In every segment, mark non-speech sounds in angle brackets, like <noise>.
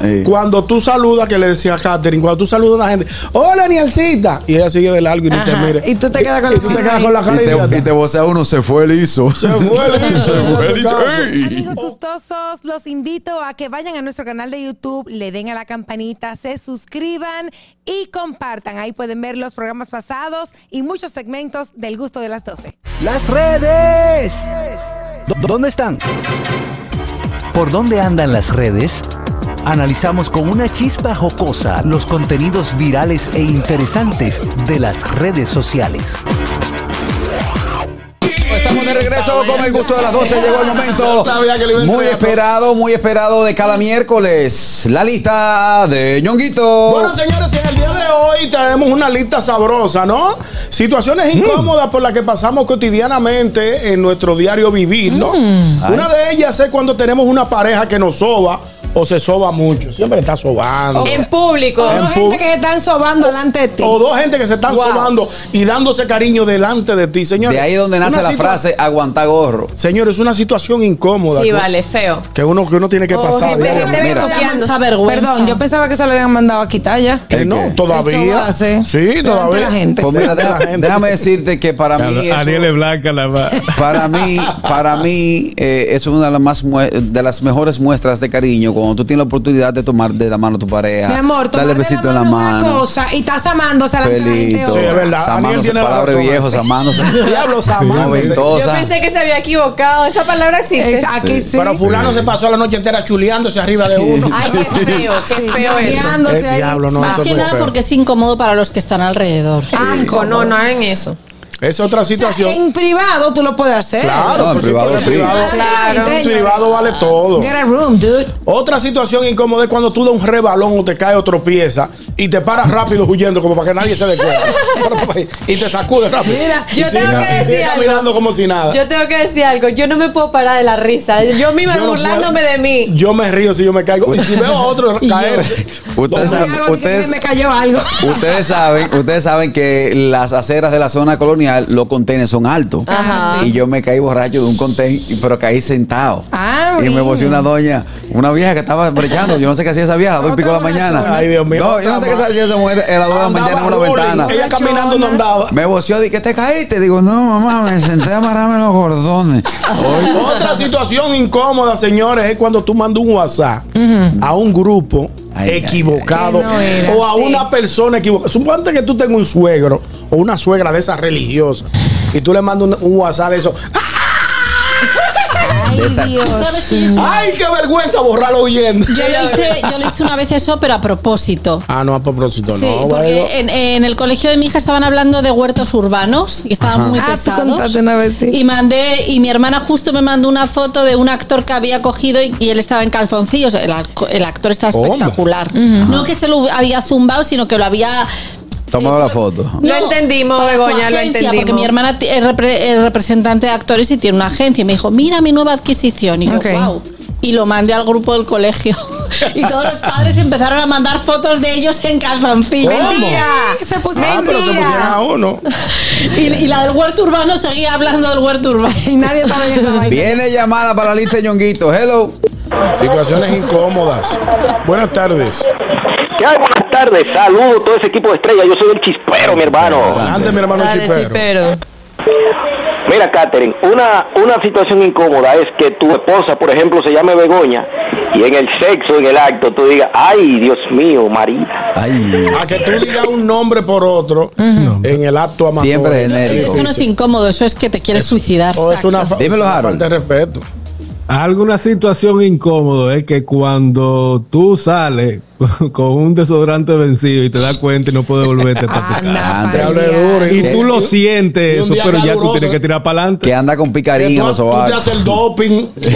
Eh. Cuando tú saludas, que le decía a Katherine, cuando tú saludas a la gente, hola, Nielcita. Y ella sigue de largo y no te Ajá. mira. Y tú te quedas con Y la tú te mano quedas ahí. con la Y cara idiota. te, y te vocea uno, se fue el ISO. Se fue el <laughs> hijo, se fue el hijo. Ey. <laughs> Amigos gustosos, los invito a que vayan a nuestro canal de YouTube, le den a la campanita, se suscriban y compartan. Ahí pueden ver los programas pasados y muchos segmentos del gusto de las 12. Las redes. ¿Dó- ¿Dónde están? ¿Por dónde andan las redes? Analizamos con una chispa jocosa los contenidos virales e interesantes de las redes sociales. Estamos de regreso con el gusto de las 12. Llegó el momento Yo Ah, sabía que le iba a muy entregar todo. esperado, muy esperado de cada miércoles. La lista de ñonguito. Bueno, señores, en el día de hoy tenemos una lista sabrosa, ¿no? Mm. Situaciones incómodas por las que pasamos cotidianamente en nuestro diario vivir, ¿no? Mm. Una de ellas es cuando tenemos una pareja que nos soba o se soba mucho. Siempre está sobando. En público. Hay En gente pub- que se están sobando delante de ti. O dos gente que se están Wow. sobando y dándose cariño delante de ti, señores. de ahí donde nace Una la situa- frase aguanta gorro. Señores, es una situación incómoda. Sí, que- vale, feo. Que uno, que uno tiene que pasar. gente- diario. gente- Mira. besuqueándose. Mucha vergüenza. Perdón, yo pensaba que se lo habían mandado a quitar ya. Que no, ¿Qué? Eso va todavía. a ser. Sí, Delante de todavía. la gente. Pues mira, deja- La gente- déjame decirte que para mí eso- Ariel es blanca la más. Para mí, para mí eh, es una de las, más mue- de las mejores muestras de cariño cuando tú tienes la oportunidad de tomar de la mano a tu pareja. Mi amor, dale tomarle besito en la es una mano. cosa y estás amándose a la gente. Pelito. Sí, es otra. verdad. Aniel Samándose, tiene la palabra razón. ¿eh? viejo, samándose. <laughs> Diablo, samándose. Yo Noventosa. pensé que se había equivocado. Esa palabra existe. Es- Aquí sí. Pero fulano se pasó la noche entera chuleándose arriba de <laughs> uno. Ay, qué feo, qué Sí, feo eso. lloreándose Eh, ahí. diablo, no, Más eso que es muy nada feo. porque es incómodo para los que están alrededor. Asco, no, no hagan eso. Es otra O Ah, sea, situación. en privado tú lo puedes hacer. Claro, No, en por privado supuesto, en sí. privado, Claro. en privado vale todo. Get a room, dude. Otra situación incómoda es cuando tú das un rebalón o te cae otro pieza y te paras rápido huyendo como para que nadie se dé cuenta. <laughs> y te sacudes rápido. Mira, Y yo sigue- tengo que y sigue decir algo. caminando como si nada. Yo tengo que decir algo. Yo no me puedo parar de la risa. Yo misma Ah. Yo no burlándome puedo- de mí. Yo me río si yo me caigo. Y si veo a otro caer. Ustedes, Hay saben- algo así que ustedes- me cayó algo. ustedes saben, ustedes saben que las aceras de la zona colonial, los contenes son altos. Ajá. Y yo me caí borracho de un contén, y- pero caí sentado. Ah, y me bueno. voció una doña, una vieja que estaba brechando. Yo no sé qué hacía esa vieja a las dos y pico de la mañana. Ay, Dios mío. No, yo no sé qué hacía esa mujer a las dos de la mañana en una Andaba ventana. rolling. Ella caminando no <laughs> andaba. Me voció, di que te caíste. Digo, no, mamá, me senté a amarrarme los gordones. Otra situación incómoda, señores, es cuando tú mandas un WhatsApp a un grupo Ay, ay, equivocado ay. Que no era, o a una persona equivocada. Suponte que tú tengas un suegro o una suegra de esas religiosas y tú le mandas un, un WhatsApp de eso. Ay, esa- Dios. ¿Sabes? Yo, ¡Ay, qué vergüenza borrarlo huyendo! lo hice, yo lo hice una vez eso, pero a propósito. Ah, no, a propósito, Sí, no. bueno. porque en, en el colegio de mi hija estaban hablando de huertos urbanos y estaban muy Ah, tú pesados. contaste una vez, sí. Y mandé y mi hermana justo me mandó una foto de un actor que había cogido y, y él estaba en calzoncillos. El, ac- el actor estaba Hombre. espectacular. No que se lo había zumbado, sino que lo había Tomado la foto. Lo entendimos, para su Begoña, lo agencia, entendimos. Porque mi hermana ti- es repre- es representante de actores y tiene una agencia. Y me dijo, mira mi nueva adquisición. Y yo, Ok. wow. Y lo mandé al grupo del colegio. <laughs> Y todos los padres empezaron a mandar fotos de ellos en calzoncillos. Mentira. Se Ah, pusieron pero se pusieron a uno. Y, y la del huerto urbano seguía hablando del huerto urbano. Y <laughs> nadie estaba en esa <laughs> vaina. Viene llamada para la lista de Ñonguito. Hello. Situaciones incómodas. Buenas tardes. ¿Qué hay? Buenas tardes, saludos a todo ese equipo de estrella. Yo soy el chispero, mi hermano. Antes, mi hermano Dale, Chipero. chipero. Mira, Katherine, una, una situación incómoda es que tu esposa, por ejemplo, se llame Begoña y en el sexo, en el acto, tú digas, ay, Dios mío, María. Ay. A que tú digas un nombre por otro en el acto amatorio. Siempre genérico. Eso no es difícil. incómodo, eso es que te quieres suicidar. O es una, fa- Dímelo, una Harold. falta de respeto. Alguna situación incómoda es que cuando tú sales <laughs> con un desodorante vencido y te das cuenta y no puedes volverte para tu casa. Ah, Anda, Te Ah, para hablé allá. duro. Y que- tú lo sientes Ah, y un eso, día pero ya tú caluroso. tienes que tirar para adelante. Que anda con Que picarín en tú, los tú te ovarios. haces el doping. Estoy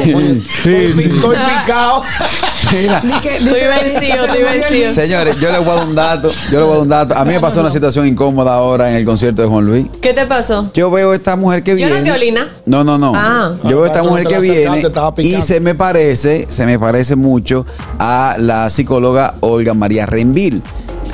Sí, sí. estoy Ah. picado. Di que- di Estoy que- di vencido, que- estoy vencido. Señores, yo les voy a dar un dato. Yo les voy a dar un dato. A mí me pasó una situación incómoda ahora en el concierto de Juan Luis. ¿Qué te pasó? Yo veo esta mujer que Yo viene. no te olina. No, no, no. Ah. Yo veo esta Ah, mujer cuando te que la viene acercaste, estaba y picando. se me parece, se me parece mucho a la psicóloga Olga María Renvil.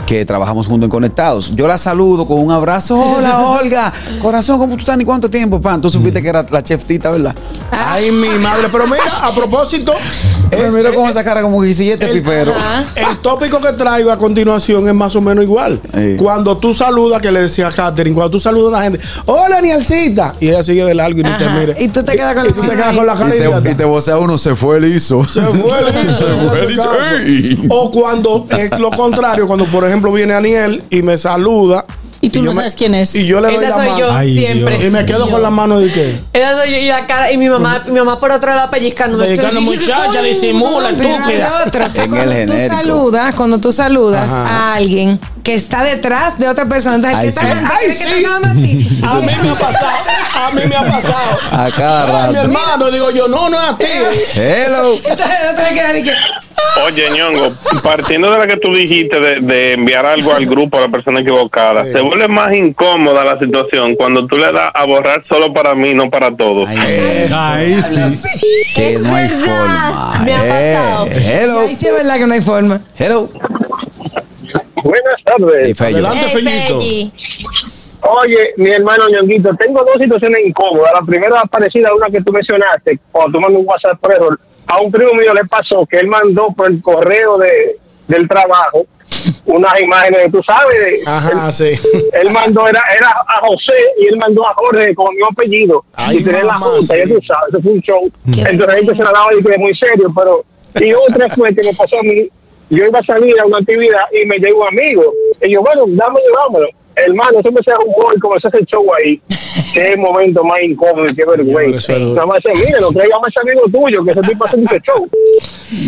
que trabajamos juntos en Conectados. Yo la saludo con un abrazo. Hola, Olga. Corazón, ¿cómo tú estás? ¿Ni cuánto tiempo, pan? Tú Mm. supiste que era la cheftita, ¿verdad? Ay, mi madre. Pero mira, a propósito, Me es- miro con esa cara como que hice este Pues el- Ah. pipero. el tópico que traigo a continuación es más o menos igual. Sí. Cuando tú saludas, que le decía a Katherine, cuando tú saludas a la gente, hola, Nielcita. Y ella sigue de largo y no te Ajá. mire. Y tú te quedas con Y la tú te mano quedas ahí. con la cara Y te, y idiota. te vocea uno, se fue liso. Se fue el <laughs> hizo, fue el en hizo. ese caso. Ey. O cuando es lo contrario, cuando por ejemplo viene Aniel y me saluda. Y tú no yo me- sabes quién es. Y yo le doy Esa la soy mano. yo, Ay, siempre. Dios. Y me quedo con la mano de qué. Esa soy yo, y la cara, y mi mamá, mi mamá por otro lado pellizcándome. Pellizcando, Estoy- muchacha, disimula, Pero hay estúpida. otra, que En cuando el tú genérico. saludas, cuando tú saludas Ajá. a alguien que está detrás de otra persona, entonces Ay, el que está sí. el Ay, que sí. está hablando a ti. A mí me ha pasado. A mí me ha pasado. A cada Ay, rato. Eh. Mi hermano, digo yo, no, no es a ti. Hello. Entonces no te quedas ni que Oye, ñongo, partiendo de la que tú dijiste de, de enviar algo al grupo a la persona equivocada, se vuelve más incómoda la situación cuando tú le das a borrar solo para mí, no para todos. Eh. Ay, Ahí sí. que Es no hay verdad. forma. Me ha Eh, pasado. Hello. ahí sí es verdad que no hay forma. Hello. Buenas tardes. Y fello. Adelante. Ey, Fellito. Felli. Oye, mi hermano ñonguito, tengo dos situaciones incómodas. La primera parecida a una que tú mencionaste, cuando tú mandas un WhatsApp por error. A un primo mío le pasó que él mandó por el correo de, del trabajo unas imágenes, tú sabes, de- Ajá, sí. él mandó era, era a José y él mandó a Jorge con mi apellido Ay, y tenía la mamá, junta, ya sí. tú sabes, eso fue un show. Qué Entonces la gente se la daba y que muy serio, pero y otra fue que me pasó a mí, yo iba a salir a una actividad y me llegó un amigo y yo, bueno, dame, llevámoslo. Hermano, eso empecé a jugar y comenzó ese show ahí. Qué momento más incómodo y qué vergüenza. eso es- Nada más decía, mire, no traiga más amigo tuyo, que ese tipo hace mucho show.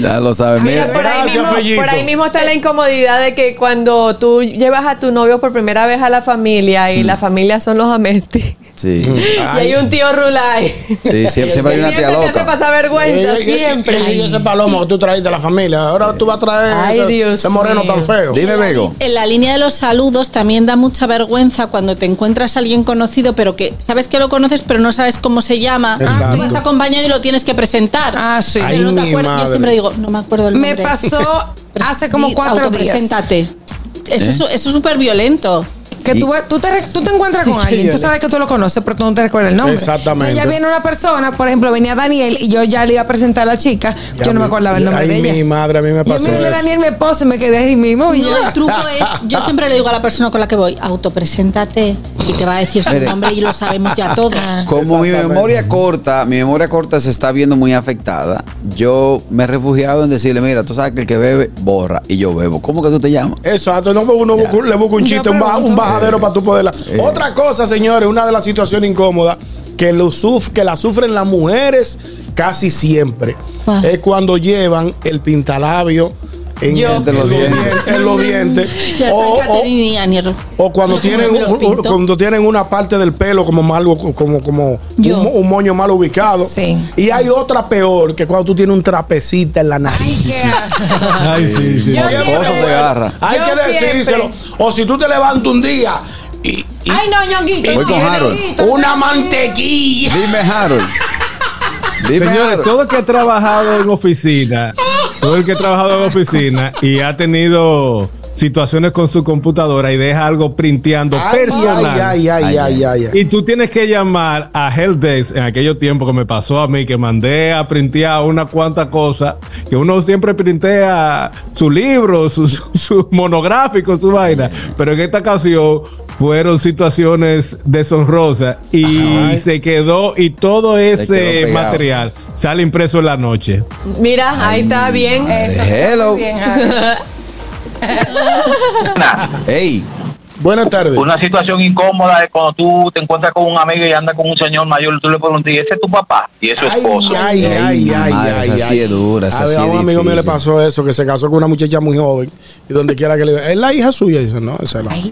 Ya lo sabes. Mira, Mira, por, ahí Gracias, mismo, Fellito. por ahí mismo está la incomodidad de que cuando tú llevas a tu novio por primera vez a la familia Mm. y la familia son los amesti sí. <laughs> y hay un tío Rulay. Sí, siempre, siempre hay <laughs> una tía te hace loca. pasar vergüenza, Y- y- y- siempre. Y, y ese palomo que tú trajiste a la familia. Ahora tú vas a traer Ay, ese, Dios ese moreno mío. tan feo. Dime, Bego. En la línea de los saludos también da mucha vergüenza cuando te encuentras a alguien conocido, pero que sabes que lo conoces, pero no sabes cómo se llama. Ah, Exacto. Tú vas acompañado y lo tienes que presentar. Ah, sí. Ay, Pero no te mi acuerdas- madre. Yo siempre digo, no me acuerdo el Me nombre. <laughs> pasó <laughs> hace Di- como cuatro días. autopreséntate. Eso es- eso es súper violento. Que tú, tú, te, re- tú te <laughs> encuentras con alguien, tú sabes que tú lo conoces, pero tú no te recuerdas el nombre. Exactamente. Entonces ya viene una persona, por ejemplo, venía Daniel y yo ya le iba a presentar a la chica, Ya yo no me vi- acordaba el nombre Ay, de ella. mi madre, a mí me yo pasó miré a eso. Daniel, mi esposo, y me quedé ahí mismo. Y yo, No, el truco es, <laughs> yo siempre le digo a la persona con la que voy, autopreséntate y te va a decir su Mire. nombre y lo sabemos <laughs> ya todos. Como mi Exactamente. memoria corta, mi memoria corta se está viendo muy afectada. Yo me he refugiado en decirle, mira, tú sabes que el que bebe borra y yo bebo. ¿Cómo que tú te llamas? Exacto, no uno busca- le busca un Yo chiste, un, ba- pregunto. un bajadero para tú poderla. Otra cosa, señores, una de las situaciones incómodas que, lo suf que la sufren las mujeres casi siempre Ah. es cuando llevan el pintalabio en, Yo. en los dientes, en los dientes. <laughs> Ya o, está o- Caterina y Anier. o cuando Yo como tienen, me los un- un- pinto. cuando tienen una parte del pelo como mal, como, como un, Yo. mo- un moño mal ubicado. Sí. Y hay otra peor, que cuando tú tienes un trapecita en la nariz. Ay, qué asco. Ay, sí, sí. Yo Los siempre- esposos se agarra. Hay Yo que decírselo. O si tú te levantas un día y, y Ay, no, ñonguito. Voy con ñonguito, Harold. ñonguito. una mantequilla. Dime, Harold. Dime, Señores, Harold. todo el que ha trabajado en oficina, todo el que ha trabajado en oficina y ha tenido situaciones con su computadora y deja algo printeando personal. Ay, ay, ay, ay, ay, ay. Y tú tienes que llamar a Helpdesk en aquellos tiempos que me pasó a mí, que mandé a printear una cuanta cosa, que uno siempre printea su libro, <laughs> su, su- su monográfico, su vaina, pero en esta ocasión fueron situaciones deshonrosas y se quedó y todo ese pegado. material sale impreso en la noche. Mira, ahí está bien. Eso, Hello. muy bien, Harold. Ey, Buenas tardes. Una situación incómoda es cuando tú te encuentras con un amigo y andas con un señor mayor, tú le preguntas, ¿y ese es tu papá? Y eso es Ay, esposo. ay, ay, ay, Ay, madre, ay, esa ay. sí es dura, A esa ver, sí a un es amigo mío le difícil. pasó eso, que se casó con una muchacha muy joven. Y donde quiera que le diga, es la hija suya. Y dice, no, esa es la. esa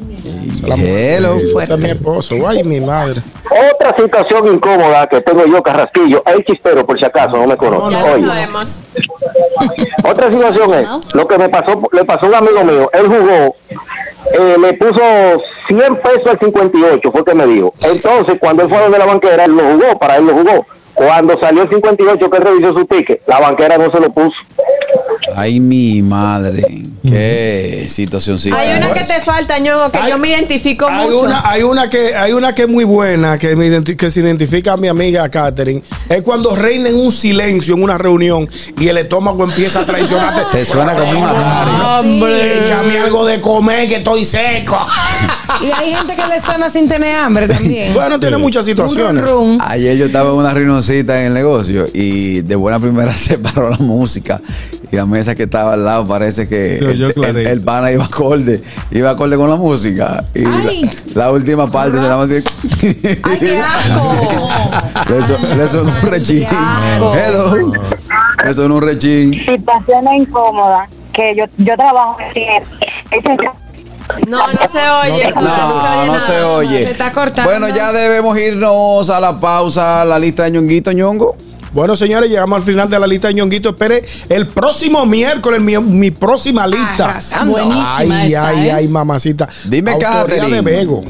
es la mujer. hello. Ese es mi esposo. Ay, mi madre. Otra situación incómoda que tengo yo, Carrasquillo, el chispero, por si acaso, no me conoce. Ya Oye, lo sabemos. otra situación es, lo que me pasó, le pasó a un amigo mío, él jugó, eh, le puso 100 pesos al 58, fue que me dijo. Entonces, cuando él fue de la banquera, él lo jugó, para él lo jugó. Cuando salió el 58 que revisó su ticket, la banquera no se lo puso. Ay, mi madre. Qué situacióncita. Hay una que te falta, ñongo, que Hay- yo me identifico hay mucho. Una, hay, una que, hay una que es muy buena, que, me identi- que se identifica a mi amiga Katherine. Es cuando reina en un silencio en una reunión y el estómago empieza a <laughs> traicionarte. Te suena como un atario. Hombre, llame algo de comer que estoy seco. Y hay gente que le suena sin tener hambre <laughs> también. Bueno, tiene muchas situaciones. Rum, rum. Ayer yo estaba en una reunioncita en el negocio y de buena primera <laughs> se paró la música y la mesa que estaba al lado parece que Se oyó el, el, clarito. el pana iba acorde, iba acorde con la música y la, Ay. la última parte se la mandó y- ¡Ay, qué asco! <laughs> <laughs> Le so- le sonó un rechín. asco. Hello. Le sonó un rechín. Situaciones incómodas que yo, yo trabajo en tienda. No, no se oye. eso, No, no nada. se oye. Se está cortando. Bueno, ya debemos irnos a la pausa, a la lista de ñonguito, ñongo. Bueno, señores, llegamos al final de la lista de Ñonguito. Espere el próximo miércoles, mi, mi próxima lista. Arrasando. Buenísima Ay, esta, ay, ¿eh? ay, mamacita. Dime, Autoría Catherine. de Bego.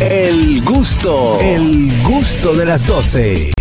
El gusto, el gusto de las 12.